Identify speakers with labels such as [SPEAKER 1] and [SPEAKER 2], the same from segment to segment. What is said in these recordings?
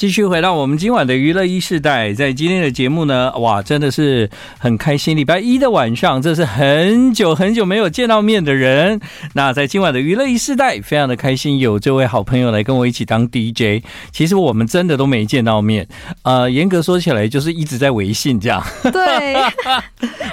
[SPEAKER 1] 继续回到我们今晚的娱乐一世代，在今天的节目呢，哇，真的是很开心。礼拜一的晚上，这是很久很久没有见到面的人。那在今晚的娱乐一世代，非常的开心，有这位好朋友来跟我一起当 DJ。其实我们真的都没见到面，呃，严格说起来就是一直在微信这样。
[SPEAKER 2] 对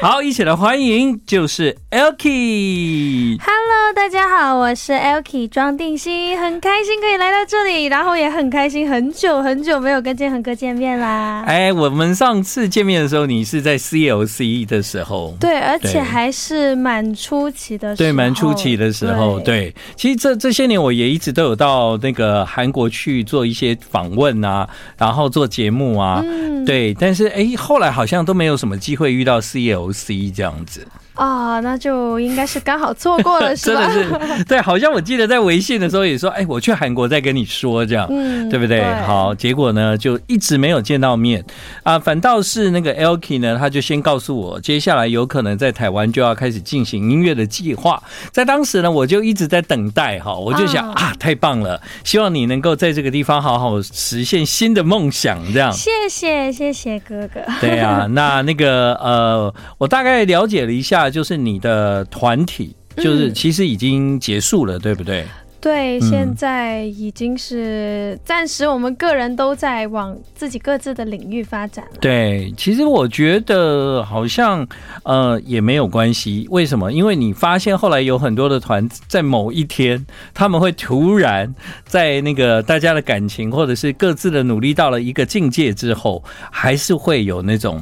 [SPEAKER 1] 好，一起来欢迎，就是 Elky。
[SPEAKER 2] ，Hello，大家好，我是 Elky 庄定熙，很开心可以来到这里，然后也很开心，很久很久没有跟建恒哥见面啦。
[SPEAKER 1] 哎，我们上次见面的时候，你是在 CLC 的时候。
[SPEAKER 2] 对，而
[SPEAKER 1] 对
[SPEAKER 2] 且还是蛮出奇的时候，
[SPEAKER 1] 对，蛮出奇的时候，对，其实这这些年我也一直都有到那个韩国去做一些访问啊，然后做节目啊，
[SPEAKER 2] 嗯，
[SPEAKER 1] 对，但是哎、后来好像都没有什么机会遇到 CLC 这样子，
[SPEAKER 2] 啊、那就应该是刚好错过了，是
[SPEAKER 1] 真
[SPEAKER 2] 吧
[SPEAKER 1] 的？是，对，好像我记得在微信的时候也说，哎、我去韩国再跟你说这样，
[SPEAKER 2] 嗯
[SPEAKER 1] 对不对？好，结果呢就一直没有见到面啊，反倒是那个 Elky 呢，他就先告诉我，接下来有可能在台湾就要开始进行音乐的计划。在当时呢，我就一直在等待哈，我就想、
[SPEAKER 2] 嗯
[SPEAKER 1] 啊，太棒了，希望你能够在这个地方好好实现新的梦想，这 样。
[SPEAKER 2] 谢谢谢谢哥哥。
[SPEAKER 1] 对啊，那那个呃，我大概了解了一下，就是你的团体。就是
[SPEAKER 2] 嗯
[SPEAKER 1] 其实已经结束了，对不对？
[SPEAKER 2] 对，
[SPEAKER 1] 嗯
[SPEAKER 2] 现在已经是暂时我们个人都在往自己各自的领域发展了。
[SPEAKER 1] 对，其实我觉得好像呃也没有关系，为什么？因为你发现后来有很多的团在某一天，他们会突然在那个大家的感情或者是各自的努力到了一个境界之后，还是会有那种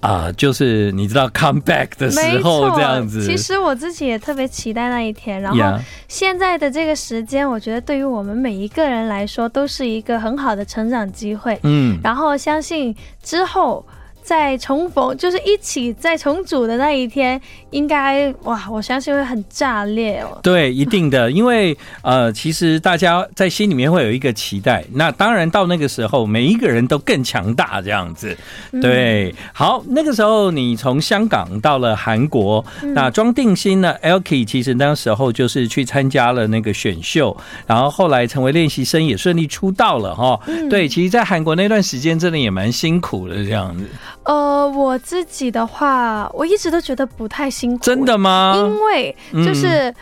[SPEAKER 1] 啊、就是你知道 come back 的时
[SPEAKER 2] 没
[SPEAKER 1] 候
[SPEAKER 2] 错，
[SPEAKER 1] 这样子。
[SPEAKER 2] 其实我自己也特别期待那一天，然后
[SPEAKER 1] 呀
[SPEAKER 2] 现在的这个时间，我觉得对于我们每一个人来说都是一个很好的成长机会。
[SPEAKER 1] 嗯，
[SPEAKER 2] 然后相信之后再重逢，就是一起再重组的那一天，应该哇，我相信会很炸裂哦。
[SPEAKER 1] 对，一定的，因为呃，其实大家在心里面会有一个期待，那当然到那个时候，每一个人都更强大这样子。
[SPEAKER 2] 嗯
[SPEAKER 1] 对，好，那个时候你从香港到了韩国，
[SPEAKER 2] 嗯
[SPEAKER 1] 那庄定欣呢，Elky 其实那时候就是去参加了那个选秀，然后后来成为练习生，也顺利出道了哈。
[SPEAKER 2] 嗯
[SPEAKER 1] 对，其实，在韩国那段时间真的也蛮辛苦的这样子，
[SPEAKER 2] 呃，我自己的话，我一直都觉得不太辛苦，
[SPEAKER 1] 真的吗？
[SPEAKER 2] 因为就是
[SPEAKER 1] 嗯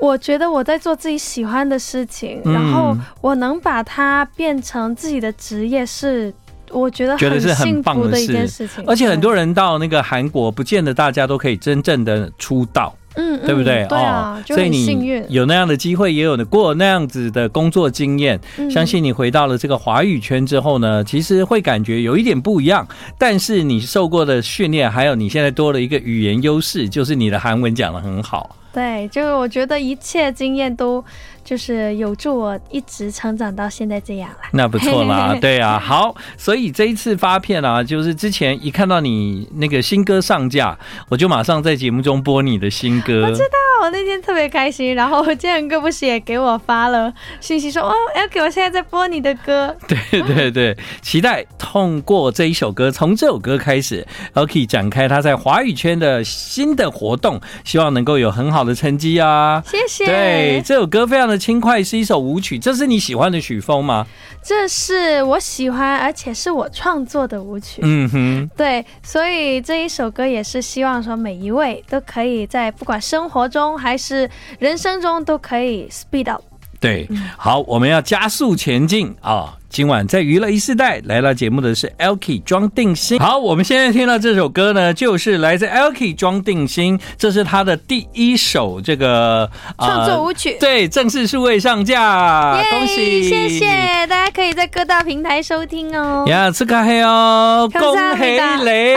[SPEAKER 2] 我觉得我在做自己喜欢的事情，
[SPEAKER 1] 嗯
[SPEAKER 2] 然后我能把它变成自己的职业是。我觉得
[SPEAKER 1] 觉得是很
[SPEAKER 2] 幸
[SPEAKER 1] 棒
[SPEAKER 2] 福
[SPEAKER 1] 的
[SPEAKER 2] 的一
[SPEAKER 1] 事
[SPEAKER 2] 件事情，
[SPEAKER 1] 而且很多
[SPEAKER 2] 人
[SPEAKER 1] 人到那个韩国，不见得大家都可以真正的出道。
[SPEAKER 2] 嗯，嗯
[SPEAKER 1] 对不对？哦
[SPEAKER 2] 对啊，就
[SPEAKER 1] 所以
[SPEAKER 2] 很
[SPEAKER 1] 你
[SPEAKER 2] 幸运。
[SPEAKER 1] 有那样的机会，也有过那样子的工作经验。
[SPEAKER 2] 嗯
[SPEAKER 1] 相信你回到了这个华语圈之后呢，其实会感觉有一点不一样。但是你受过的训练，还有你现在多了一个语言优势，就是你的韩文讲得很好。
[SPEAKER 2] 嗯对，就是我觉得一切经验都就是有助我一直成长到现在这样啊啦。
[SPEAKER 1] 那不错啦， 对啊，好，所以这一次发片啊，就是之前一看到你那个新歌上架，我就马上在节目中播你的新歌。
[SPEAKER 2] 我知那我那天特别开心，然后建哥不是也给我发了信息说，哦，要给我现在在播你的歌，
[SPEAKER 1] 对对对，期待通过这一首歌，从这首歌开始，Elky 展开他在华语圈的新的活动，希望能够有很好的成绩啊。
[SPEAKER 2] 谢谢。
[SPEAKER 1] 对，这首歌非常的轻快，是一首舞曲，这是你喜欢的曲风吗？
[SPEAKER 2] 这是我喜欢，而且是我创作的舞曲。
[SPEAKER 1] 嗯哼，
[SPEAKER 2] 对，所以这一首歌也是希望说每一位都可以在不管生活中还是人生中都可以 speed up。
[SPEAKER 1] 对，好，我们要加速前进啊、今晚在娱乐一世代来到节目的是 Elky 庄定欣。好，我们现在听到这首歌呢，就是来自 Elky 庄定欣，这是他的第一首这个、呃
[SPEAKER 2] 创作舞曲
[SPEAKER 1] 对，正式数位上架，
[SPEAKER 2] 耶
[SPEAKER 1] 恭喜！
[SPEAKER 2] 谢谢大家，可以在各大平台收听哦。
[SPEAKER 1] 呀，吃咖黑哦，
[SPEAKER 2] 감사합니다
[SPEAKER 1] 恭喜雷！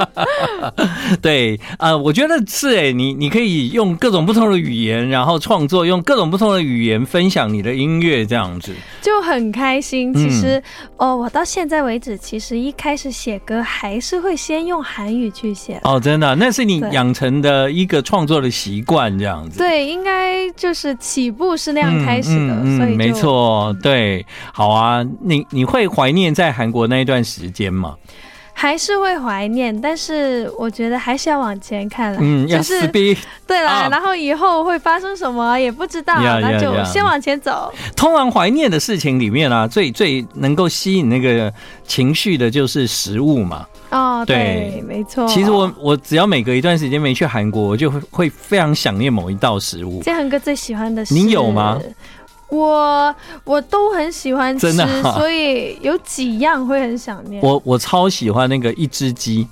[SPEAKER 1] 对，呃，我觉得是哎，你你可以用各种不同的语言，然后创作，用各种不同的语言分享你的音乐，这样子。
[SPEAKER 2] 就很开心。
[SPEAKER 1] 嗯
[SPEAKER 2] 其实、哦，我到现在为止，其实一开始写歌还是会先用韩语去写。
[SPEAKER 1] 哦，真的啊、那是你
[SPEAKER 2] 对
[SPEAKER 1] 养成的一个创作的习惯，这样子。
[SPEAKER 2] 对，应该就是起步是那样
[SPEAKER 1] 嗯
[SPEAKER 2] 开始的，
[SPEAKER 1] 嗯
[SPEAKER 2] 所以
[SPEAKER 1] 嗯，
[SPEAKER 2] 就
[SPEAKER 1] 没。错，对，好啊，你你会怀念在韩国那一段时间吗？
[SPEAKER 2] 还是会怀念，但是我觉得还是要往前看了，
[SPEAKER 1] 嗯，要
[SPEAKER 2] 就
[SPEAKER 1] 撕
[SPEAKER 2] 是
[SPEAKER 1] 逼。
[SPEAKER 2] 对啦、
[SPEAKER 1] 啊
[SPEAKER 2] 然后以后会发生什么也不知道
[SPEAKER 1] Yeah,
[SPEAKER 2] 那
[SPEAKER 1] yeah,
[SPEAKER 2] 就
[SPEAKER 1] yeah.
[SPEAKER 2] 先往前走。
[SPEAKER 1] 通常怀念的事情里面啊，最最能够吸引那个情绪的就是食物嘛。
[SPEAKER 2] 哦，
[SPEAKER 1] 对
[SPEAKER 2] 对，没错。
[SPEAKER 1] 其实我我只要每隔一段时间没去韩国，我就会会非常想念某一道食物。
[SPEAKER 2] 建恒哥最喜欢的是
[SPEAKER 1] 你有吗？
[SPEAKER 2] 我我都很喜欢吃，
[SPEAKER 1] 真的啊
[SPEAKER 2] 所以有几样会很想念。
[SPEAKER 1] 我我超喜欢那个一只鸡，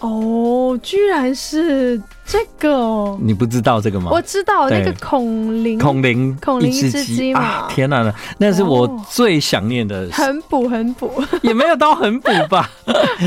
[SPEAKER 2] 哦，居然是这个哦！
[SPEAKER 1] 你不知道这个吗？
[SPEAKER 2] 我知道
[SPEAKER 1] 嗯对
[SPEAKER 2] 那个孔林
[SPEAKER 1] 孔林
[SPEAKER 2] 孔林
[SPEAKER 1] 一只
[SPEAKER 2] 一只鸡
[SPEAKER 1] 鸡
[SPEAKER 2] 嘛
[SPEAKER 1] 啊！天哪、那是我
[SPEAKER 2] 哦
[SPEAKER 1] 最想念的，
[SPEAKER 2] 很补很补，
[SPEAKER 1] 也没有到很补吧，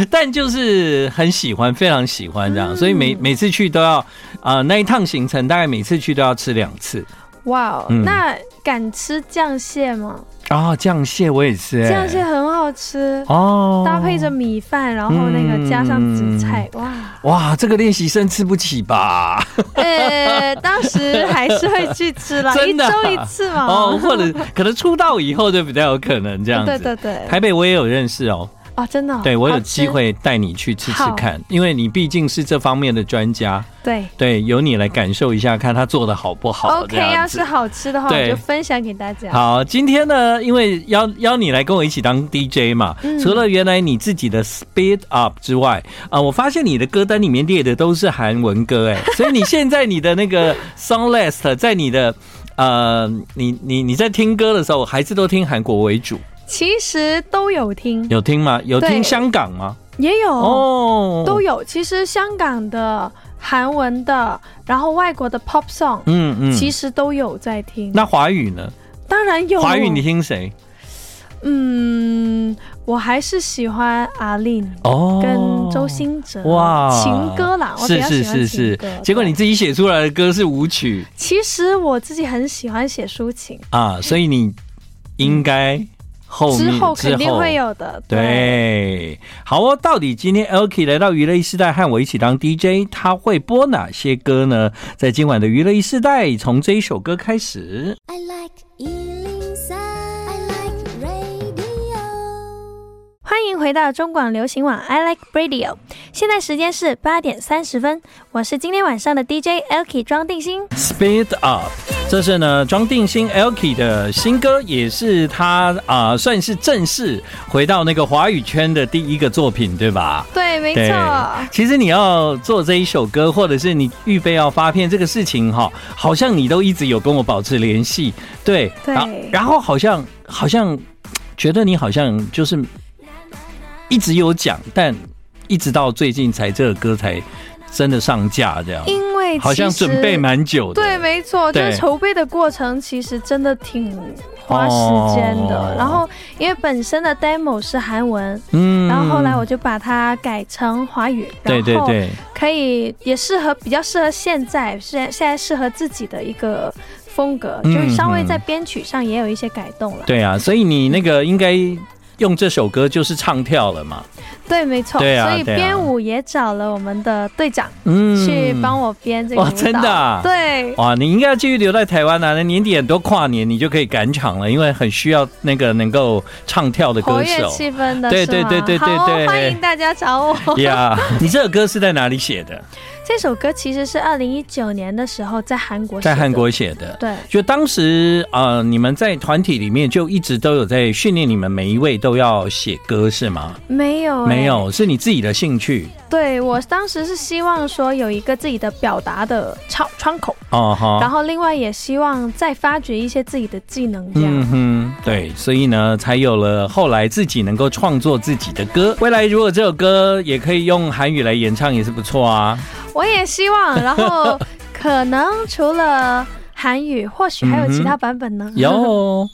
[SPEAKER 1] 但就是很喜欢，非常喜欢这样，
[SPEAKER 2] 嗯
[SPEAKER 1] 所以每每次去都要啊、那一趟行程大概每次去都要吃两次
[SPEAKER 2] 哇哦！
[SPEAKER 1] 嗯
[SPEAKER 2] 那敢吃酱蟹吗？
[SPEAKER 1] 啊、酱蟹我也吃、欸，
[SPEAKER 2] 酱蟹很好吃，
[SPEAKER 1] 哦，
[SPEAKER 2] 搭配着米饭，然后那个加上紫菜，哇！
[SPEAKER 1] 哇，这个练习生吃不起吧？
[SPEAKER 2] 呃，当时还是会去吃啦，
[SPEAKER 1] 嗯
[SPEAKER 2] 一
[SPEAKER 1] 真的啊
[SPEAKER 2] 周一次嘛。
[SPEAKER 1] 哦，或者 可能出道以后就比较有可能这样子。
[SPEAKER 2] 对对对，
[SPEAKER 1] 台北我也有认识哦，
[SPEAKER 2] 哦，真的哦，
[SPEAKER 1] 对我有
[SPEAKER 2] 好吃
[SPEAKER 1] 机，会带你去吃吃看，因为你毕竟是这方面的专家，
[SPEAKER 2] 对。
[SPEAKER 1] 对，由你来感受一下，看他做的好不好。
[SPEAKER 2] OK，
[SPEAKER 1] 这样
[SPEAKER 2] 要
[SPEAKER 1] 子
[SPEAKER 2] 是好吃的话，我
[SPEAKER 1] 对
[SPEAKER 2] 就分享给大家。
[SPEAKER 1] 好，今天呢，因为邀邀你来跟我一起当 DJ 嘛，
[SPEAKER 2] 嗯
[SPEAKER 1] 除了原来你自己的 Speed Up 之外，啊、我发现你的歌单里面列的都是韩文歌， 哎，所以你现在你的那个 Song List 在你的。呃，你你你在听歌的时候，还是都听韩国为主？
[SPEAKER 2] 其实都有听，
[SPEAKER 1] 有听吗？有
[SPEAKER 2] 对
[SPEAKER 1] 听香港吗？
[SPEAKER 2] 也有
[SPEAKER 1] 哦，
[SPEAKER 2] 都有。其实香港的、韩文的，然后外国的 pop song，、
[SPEAKER 1] 嗯嗯。
[SPEAKER 2] 其实哦都有在听。
[SPEAKER 1] 那华语呢？
[SPEAKER 2] 当然有
[SPEAKER 1] 华语你听谁？
[SPEAKER 2] 嗯，我还是喜欢阿令
[SPEAKER 1] 哦，
[SPEAKER 2] 跟周。兴哲、
[SPEAKER 1] 哇
[SPEAKER 2] 情歌啦，我比
[SPEAKER 1] 是
[SPEAKER 2] 较
[SPEAKER 1] 是
[SPEAKER 2] 喜欢
[SPEAKER 1] 是
[SPEAKER 2] 情
[SPEAKER 1] 是
[SPEAKER 2] 歌。，
[SPEAKER 1] 结果
[SPEAKER 2] 对
[SPEAKER 1] 你自己写出来的歌是舞曲。
[SPEAKER 2] 其实我自己很喜欢写抒情，
[SPEAKER 1] 啊，所以你应该哦后
[SPEAKER 2] 嗯之
[SPEAKER 1] 面
[SPEAKER 2] 后肯定会。有的。
[SPEAKER 1] 对，好哦。到底今天 Elky 来到娱乐一世代和我一起当 DJ，他会播哪些歌呢？在今晚的娱乐一世代，从这一首歌开始。
[SPEAKER 3] I like Ealing Sound. I like radio.
[SPEAKER 2] 欢迎回到中广流行网 I Like Radio，现在时间是八点三十分，我是今天晚上的 DJ Elky 庄定欣。
[SPEAKER 1] Speed Up，这是呢庄定新 Elky 的新歌，也是他啊、算是正式回到那个华语圈的第一个作品，对吧？
[SPEAKER 2] 对，没
[SPEAKER 1] 对，
[SPEAKER 2] 错，
[SPEAKER 1] 其实你要做这一首歌，或者是你预备要发片这个事情哈，好像你都一直有跟我保持联系，对，
[SPEAKER 2] 对
[SPEAKER 1] 然然后好像好像觉得你好像就是一直有讲，但一直到最近才这个歌才真的上架这样，
[SPEAKER 2] 因为
[SPEAKER 1] 好像
[SPEAKER 2] 其实
[SPEAKER 1] 准备蛮久的，
[SPEAKER 2] 对，没错，就
[SPEAKER 1] 对
[SPEAKER 2] 是筹备的过程其实真的挺花时间的。
[SPEAKER 1] 哦
[SPEAKER 2] 然后，因为本身的 demo 是韩文，
[SPEAKER 1] 嗯
[SPEAKER 2] 然后后来我就把它改成华语，
[SPEAKER 1] 对对
[SPEAKER 2] 然后
[SPEAKER 1] 对，
[SPEAKER 2] 可以也适合比较适合现在，现现在适合自己的一个风格，
[SPEAKER 1] 嗯
[SPEAKER 2] 就是稍微
[SPEAKER 1] 嗯
[SPEAKER 2] 在编曲上也有一些改动了。
[SPEAKER 1] 对啊，所以你那个应该用这首歌就是唱跳了嘛，
[SPEAKER 2] 对，没错。
[SPEAKER 1] 对啊
[SPEAKER 2] 所以
[SPEAKER 1] 对啊
[SPEAKER 2] 编舞也找了我们的队长
[SPEAKER 1] 嗯
[SPEAKER 2] 去帮我编这个舞
[SPEAKER 1] 哇
[SPEAKER 2] 蹈。
[SPEAKER 1] 真的啊
[SPEAKER 2] 对。
[SPEAKER 1] 哇，你应该要继续留在台湾啊！那年底很多跨年，你就可以赶场了，因为很需要那个能够唱跳的
[SPEAKER 2] 活
[SPEAKER 1] 歌
[SPEAKER 2] 跃
[SPEAKER 1] 手。
[SPEAKER 2] 气氛的
[SPEAKER 1] 对
[SPEAKER 2] 是吗
[SPEAKER 1] 对对对对
[SPEAKER 2] 好
[SPEAKER 1] 对
[SPEAKER 2] 欢迎大家找 我。
[SPEAKER 1] 呀你这首歌是在哪里写的？
[SPEAKER 2] 这首歌其实是二零一九年的时候在韩国，
[SPEAKER 1] 在韩，国写的。
[SPEAKER 2] 对
[SPEAKER 1] 就当时呃，你们在团体里面就一直都有在训练你们每一位都要写歌是吗？
[SPEAKER 2] 没有、
[SPEAKER 1] 没，有，是你自己的兴趣
[SPEAKER 2] 对我当时是希望说有一个自己的表达的窗窗口，
[SPEAKER 1] 哦哈。
[SPEAKER 2] 然后另外也希望再发掘一些自己的技能，这样。
[SPEAKER 1] 嗯哼，对，所以呢，才有了后来自己能够创作自己的歌。未来如果这首歌也可以用韩语来演唱，也是不错啊。
[SPEAKER 2] 我也希望，然后可能除了韩语，或许还有其他版本呢。
[SPEAKER 1] 嗯有。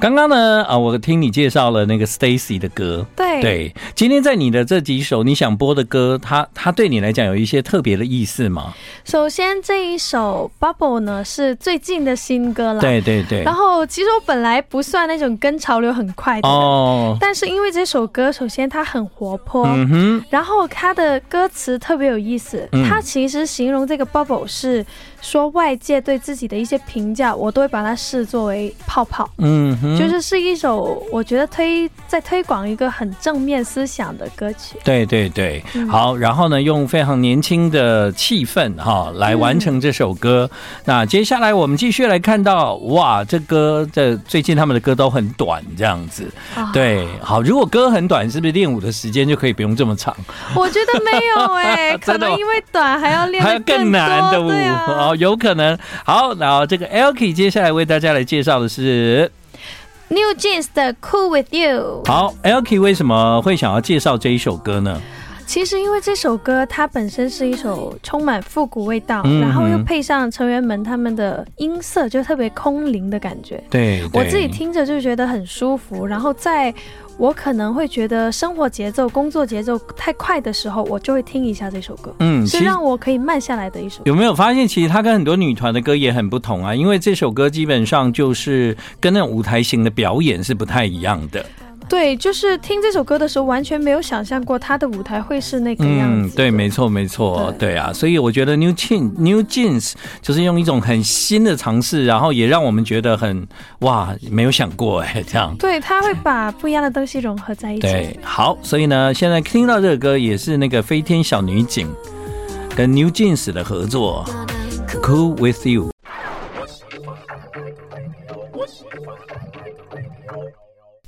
[SPEAKER 1] 刚刚呢，啊，我听你介绍了那个 Stacy 的歌，
[SPEAKER 2] 对
[SPEAKER 1] 对，今天在你的这几首你想播的歌，它它对你来讲有一些特别的意思吗？
[SPEAKER 2] 首先这一首《Bubble》呢是最近的新歌啦。。
[SPEAKER 1] 对对对
[SPEAKER 2] 啊然，后其实我本来不算那种跟潮流很快的人，
[SPEAKER 1] 哦，
[SPEAKER 2] 但是因为这首歌，首先它很活泼，
[SPEAKER 1] 嗯哼，
[SPEAKER 2] 然后它的歌词特别有意思，
[SPEAKER 1] 嗯
[SPEAKER 2] 它其实形容这个 bubble 是说外界对自己的一些评价，我都会把它视作为泡泡。
[SPEAKER 1] 嗯哼，
[SPEAKER 2] 就是是一首我觉得推在推广一个很正面思想的歌曲。
[SPEAKER 1] 对对对，
[SPEAKER 2] 嗯
[SPEAKER 1] 好，然后呢，用非常年轻的气氛哈、来完成这首歌。
[SPEAKER 2] 嗯
[SPEAKER 1] 那接下来我们继续来看到，哇，这歌这最近他们的歌都很短，这样子。
[SPEAKER 2] 啊，
[SPEAKER 1] 对，好，如果歌很短，是不是练舞的时间就可以不用这么长，
[SPEAKER 2] 啊我觉得没有哎、可
[SPEAKER 1] 真的吗哦
[SPEAKER 2] 能因为短还要练
[SPEAKER 1] 还
[SPEAKER 2] 得
[SPEAKER 1] 有更难的
[SPEAKER 2] 多
[SPEAKER 1] 舞、
[SPEAKER 2] 对啊
[SPEAKER 1] 哦，有可能。好，然后这个 Elky 接下来为大家来介绍的是，
[SPEAKER 2] New Jeans 的 Cool with You。
[SPEAKER 1] 好，Elky 为什么会想要介绍这一首歌呢？
[SPEAKER 2] 其实因为这首歌它本身是一首充满复古味道，
[SPEAKER 1] 嗯
[SPEAKER 2] 然后又
[SPEAKER 1] 嗯
[SPEAKER 2] 配上成员们他们的音色，就特别空灵的感觉。
[SPEAKER 1] 对，
[SPEAKER 2] 我
[SPEAKER 1] 对
[SPEAKER 2] 自己听着就觉得很舒服，然后在我可能会觉得生活节奏、工作节奏太快的时候，我就会听一下这首歌，
[SPEAKER 1] 嗯，其
[SPEAKER 2] 是
[SPEAKER 1] 实。
[SPEAKER 2] 让我可以慢下来的一首歌。
[SPEAKER 1] 有没有发现，其实它跟很多女团的歌也很不同啊？因为这首歌基本上就是跟那种舞台型的表演是不太一样的。
[SPEAKER 2] 对，就是听这首歌的时候，完全没有想象过他的舞台会是那个样
[SPEAKER 1] 嗯
[SPEAKER 2] 子。
[SPEAKER 1] 对，没错，没错，对啊。所以我觉得 New Jeans New Jeans 就是用一种很新的尝试，然后也让我们觉得很哇，没有想过哎、这样。
[SPEAKER 2] 对，他会把不一样的东西融合在一起
[SPEAKER 1] 对。，好，所以呢，现在听到这个歌也是那个飞天小女警跟 New Jeans 的合作，Cool with You。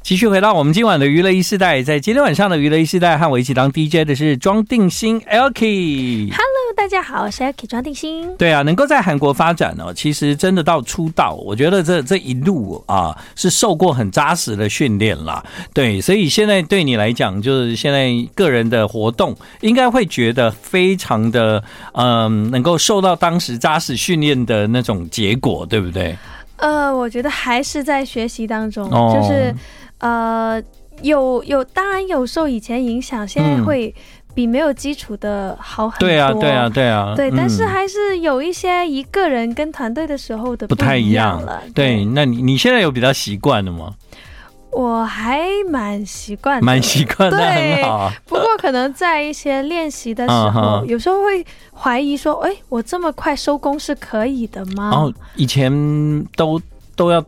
[SPEAKER 1] 继续回到我们今晚的娱乐一世代，在今天晚上的娱乐一世代，和我一起当 DJ 的是庄定新 Elky。
[SPEAKER 2] Hello，大家好，我是 Aki 庄定心。
[SPEAKER 1] 对啊，能够在韩国发展哦，其实真的到出道，我觉得这这一路啊是受过很扎实的训练啦。对，所以现在对你来讲，就是现在个人的活动，应该会觉得非常的嗯、能够受到当时扎实训练的那种结果，对不对？
[SPEAKER 2] 呃，我觉得还是在学习当中，
[SPEAKER 1] 哦
[SPEAKER 2] 就是呃，有有，当然有受以前影响，现在
[SPEAKER 1] 嗯
[SPEAKER 2] 会比没有基础的好很多。
[SPEAKER 1] 对啊，对啊，。对啊。
[SPEAKER 2] 对，但是
[SPEAKER 1] 嗯
[SPEAKER 2] 还是有一些一个人跟团队的时候的
[SPEAKER 1] 不太
[SPEAKER 2] 一啊
[SPEAKER 1] 一样
[SPEAKER 2] 了。
[SPEAKER 1] 对，，那你你现在有比较习惯了吗？
[SPEAKER 2] 我还蛮习惯的，
[SPEAKER 1] 蛮习惯，那
[SPEAKER 2] 对
[SPEAKER 1] 很好啊。
[SPEAKER 2] 不过可能在一些练习的时候，
[SPEAKER 1] 嗯哼
[SPEAKER 2] 有时候会怀疑说，哎，我这么快收工是可以的吗？
[SPEAKER 1] 然后哦以前都都要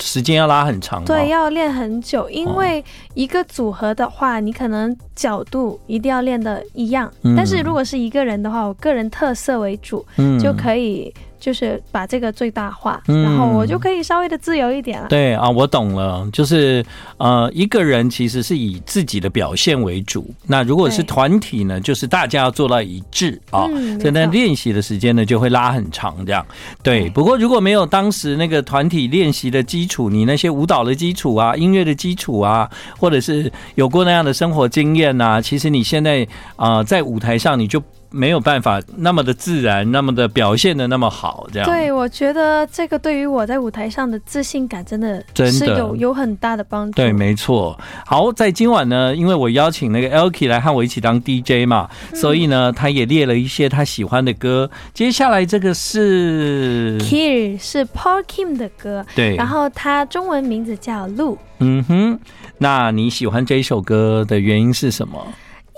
[SPEAKER 1] 时间要拉很长哦嘛，
[SPEAKER 2] 对，要练很久，因
[SPEAKER 1] 哦
[SPEAKER 2] 为一个组合的话，你可能角度一定要练的一样。
[SPEAKER 1] 嗯
[SPEAKER 2] 但是如果是一个人的话，我个人特色为主，
[SPEAKER 1] 嗯
[SPEAKER 2] 就可以就是把这个最大化，
[SPEAKER 1] 嗯
[SPEAKER 2] 然后我就可以稍微的自由一点了。
[SPEAKER 1] 对啊，我懂了，就是呃，一个人其实是以自己的表现为主。那如果是
[SPEAKER 2] 对
[SPEAKER 1] 团体呢，就是大家要做到一致啊。
[SPEAKER 2] 嗯
[SPEAKER 1] 所以
[SPEAKER 2] 没
[SPEAKER 1] 呢，
[SPEAKER 2] 错
[SPEAKER 1] 练习的时间呢就会拉很长，这样对。不过如果没有当时那个团体练习的基础，你那些舞蹈的基础啊、音乐的基础啊，或者是有过那样的生活经验呐、其实你现在啊、呃在舞台上你就没有办法那么的自然，那么的表现的那么好，这样
[SPEAKER 2] 对，我觉得这个对于我在舞台上的自信感真的
[SPEAKER 1] 真的
[SPEAKER 2] 是有有很大的帮助。
[SPEAKER 1] 对，没错。好，在今晚呢，因为我邀请那个 Elky 来和我一起当 DJ 嘛，
[SPEAKER 2] 嗯
[SPEAKER 1] 所以呢，他也列了一些他喜欢的歌。接下来这个是，
[SPEAKER 2] Here 是 Paul Kim 的歌，
[SPEAKER 1] 对
[SPEAKER 2] 然，后他中文名字叫路，
[SPEAKER 1] 嗯哼，那你喜欢这一首歌的原因是什么？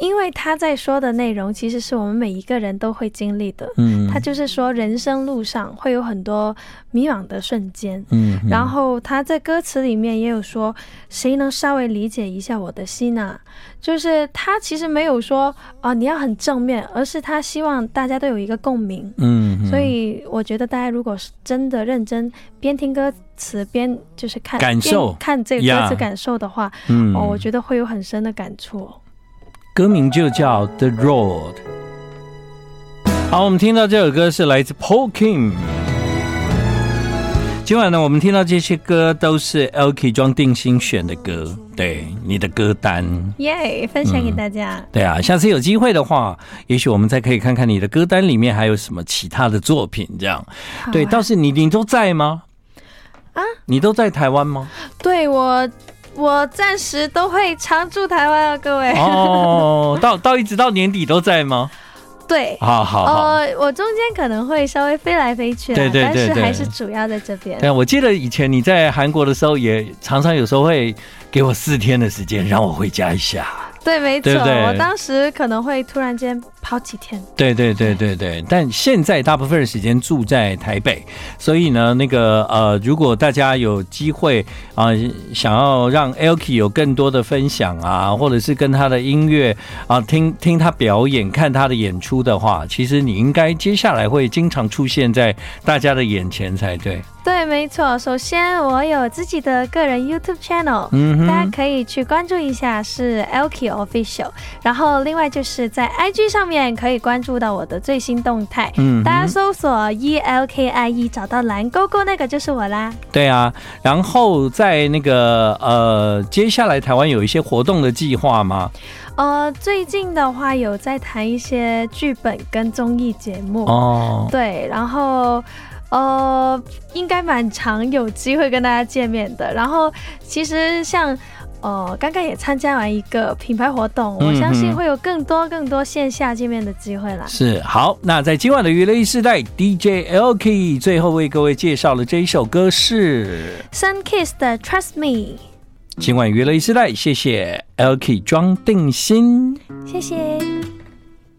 [SPEAKER 2] 因为他在说的内容其实是我们每一个人都会经历的。
[SPEAKER 1] 嗯
[SPEAKER 2] 他就是说，人生路上会有很多迷惘的瞬间。
[SPEAKER 1] 嗯哼，
[SPEAKER 2] 然后他在歌词里面也有说，谁能稍微理解一下我的心啊？就是他其实没有说啊、你要很正面，而是他希望大家都有一个共鸣。
[SPEAKER 1] 嗯哼，
[SPEAKER 2] 所以我觉得大家如果是真的认真边听歌词边就是看
[SPEAKER 1] 感受
[SPEAKER 2] 边看这个歌词
[SPEAKER 1] Yeah
[SPEAKER 2] 感受的话
[SPEAKER 1] 嗯
[SPEAKER 2] 哦，我觉得会有很深的感触。
[SPEAKER 1] 歌名就叫 The Road。好，我们听到这首歌是来自 Paul Kim。今晚呢，我们听到这些歌都是 Elky 庄定心选的歌，对你的歌单。
[SPEAKER 2] 耶、分享给大家。
[SPEAKER 1] 对啊，下次有机会的话，也许我们再可以看看你的歌单里面还有什么其他的作品，这样。
[SPEAKER 2] 好
[SPEAKER 1] 对，
[SPEAKER 2] 啊
[SPEAKER 1] 倒是你你都在吗？
[SPEAKER 2] 啊，
[SPEAKER 1] 你都在台湾吗？
[SPEAKER 2] 对我，我暂时都会常驻台湾啊，各位。
[SPEAKER 1] 哦，到到一直到年底都在吗？
[SPEAKER 2] 对，
[SPEAKER 1] 好好好。
[SPEAKER 2] 呃，我中间可能会稍微飞来飞去啊，
[SPEAKER 1] 对对对
[SPEAKER 2] 但是
[SPEAKER 1] 对
[SPEAKER 2] 还是主要在这边。
[SPEAKER 1] 对，啊我记得以前你在韩国的时候，也常常有时候会给我四天的时间让我回家一下。
[SPEAKER 2] 对，没错，
[SPEAKER 1] 对不对
[SPEAKER 2] 我当时可能会突然间好几天。
[SPEAKER 1] 对对对对对，但现在大部分的时间住在台北，所以呢，那个呃，如果大家有机会啊、呃想要让 Elky 有更多的分享啊，或者是跟他的音乐啊、听听他表演、看他的演出的话，其实你应该接下来会经常出现在大家的眼前才对。
[SPEAKER 2] 对，没错。首先，我有自己的个人 YouTube channel，、
[SPEAKER 1] 嗯哼
[SPEAKER 2] 大家可以去关注一下，是 Elky Official。然后，另外就是在 IG 上面可以关注到我的最新动态，
[SPEAKER 1] 嗯哼
[SPEAKER 2] 大家搜索 E L K I E 找到蓝勾勾那个就是我啦。
[SPEAKER 1] 对啊，然后在那个呃，接下来台湾有一些活动的计划吗？
[SPEAKER 2] 呃，最近的话有在谈一些剧本跟综艺节目，
[SPEAKER 1] 哦，
[SPEAKER 2] 对，然后。呃，应该蛮常有机会跟大家见面的。然后，其实像呃，刚刚也参加完一个品牌活动，
[SPEAKER 1] 嗯
[SPEAKER 2] 我
[SPEAKER 1] 嗯
[SPEAKER 2] 相信会有更多更多线下见面的机会啦。
[SPEAKER 1] 是好，那在今晚的娱乐一时代，DJ LK 最后为各位介绍的这一首歌是
[SPEAKER 2] Sun Kiss 的 Trust Me，
[SPEAKER 1] 今晚娱乐一时代，谢谢 LK 庄定心。
[SPEAKER 2] 谢谢。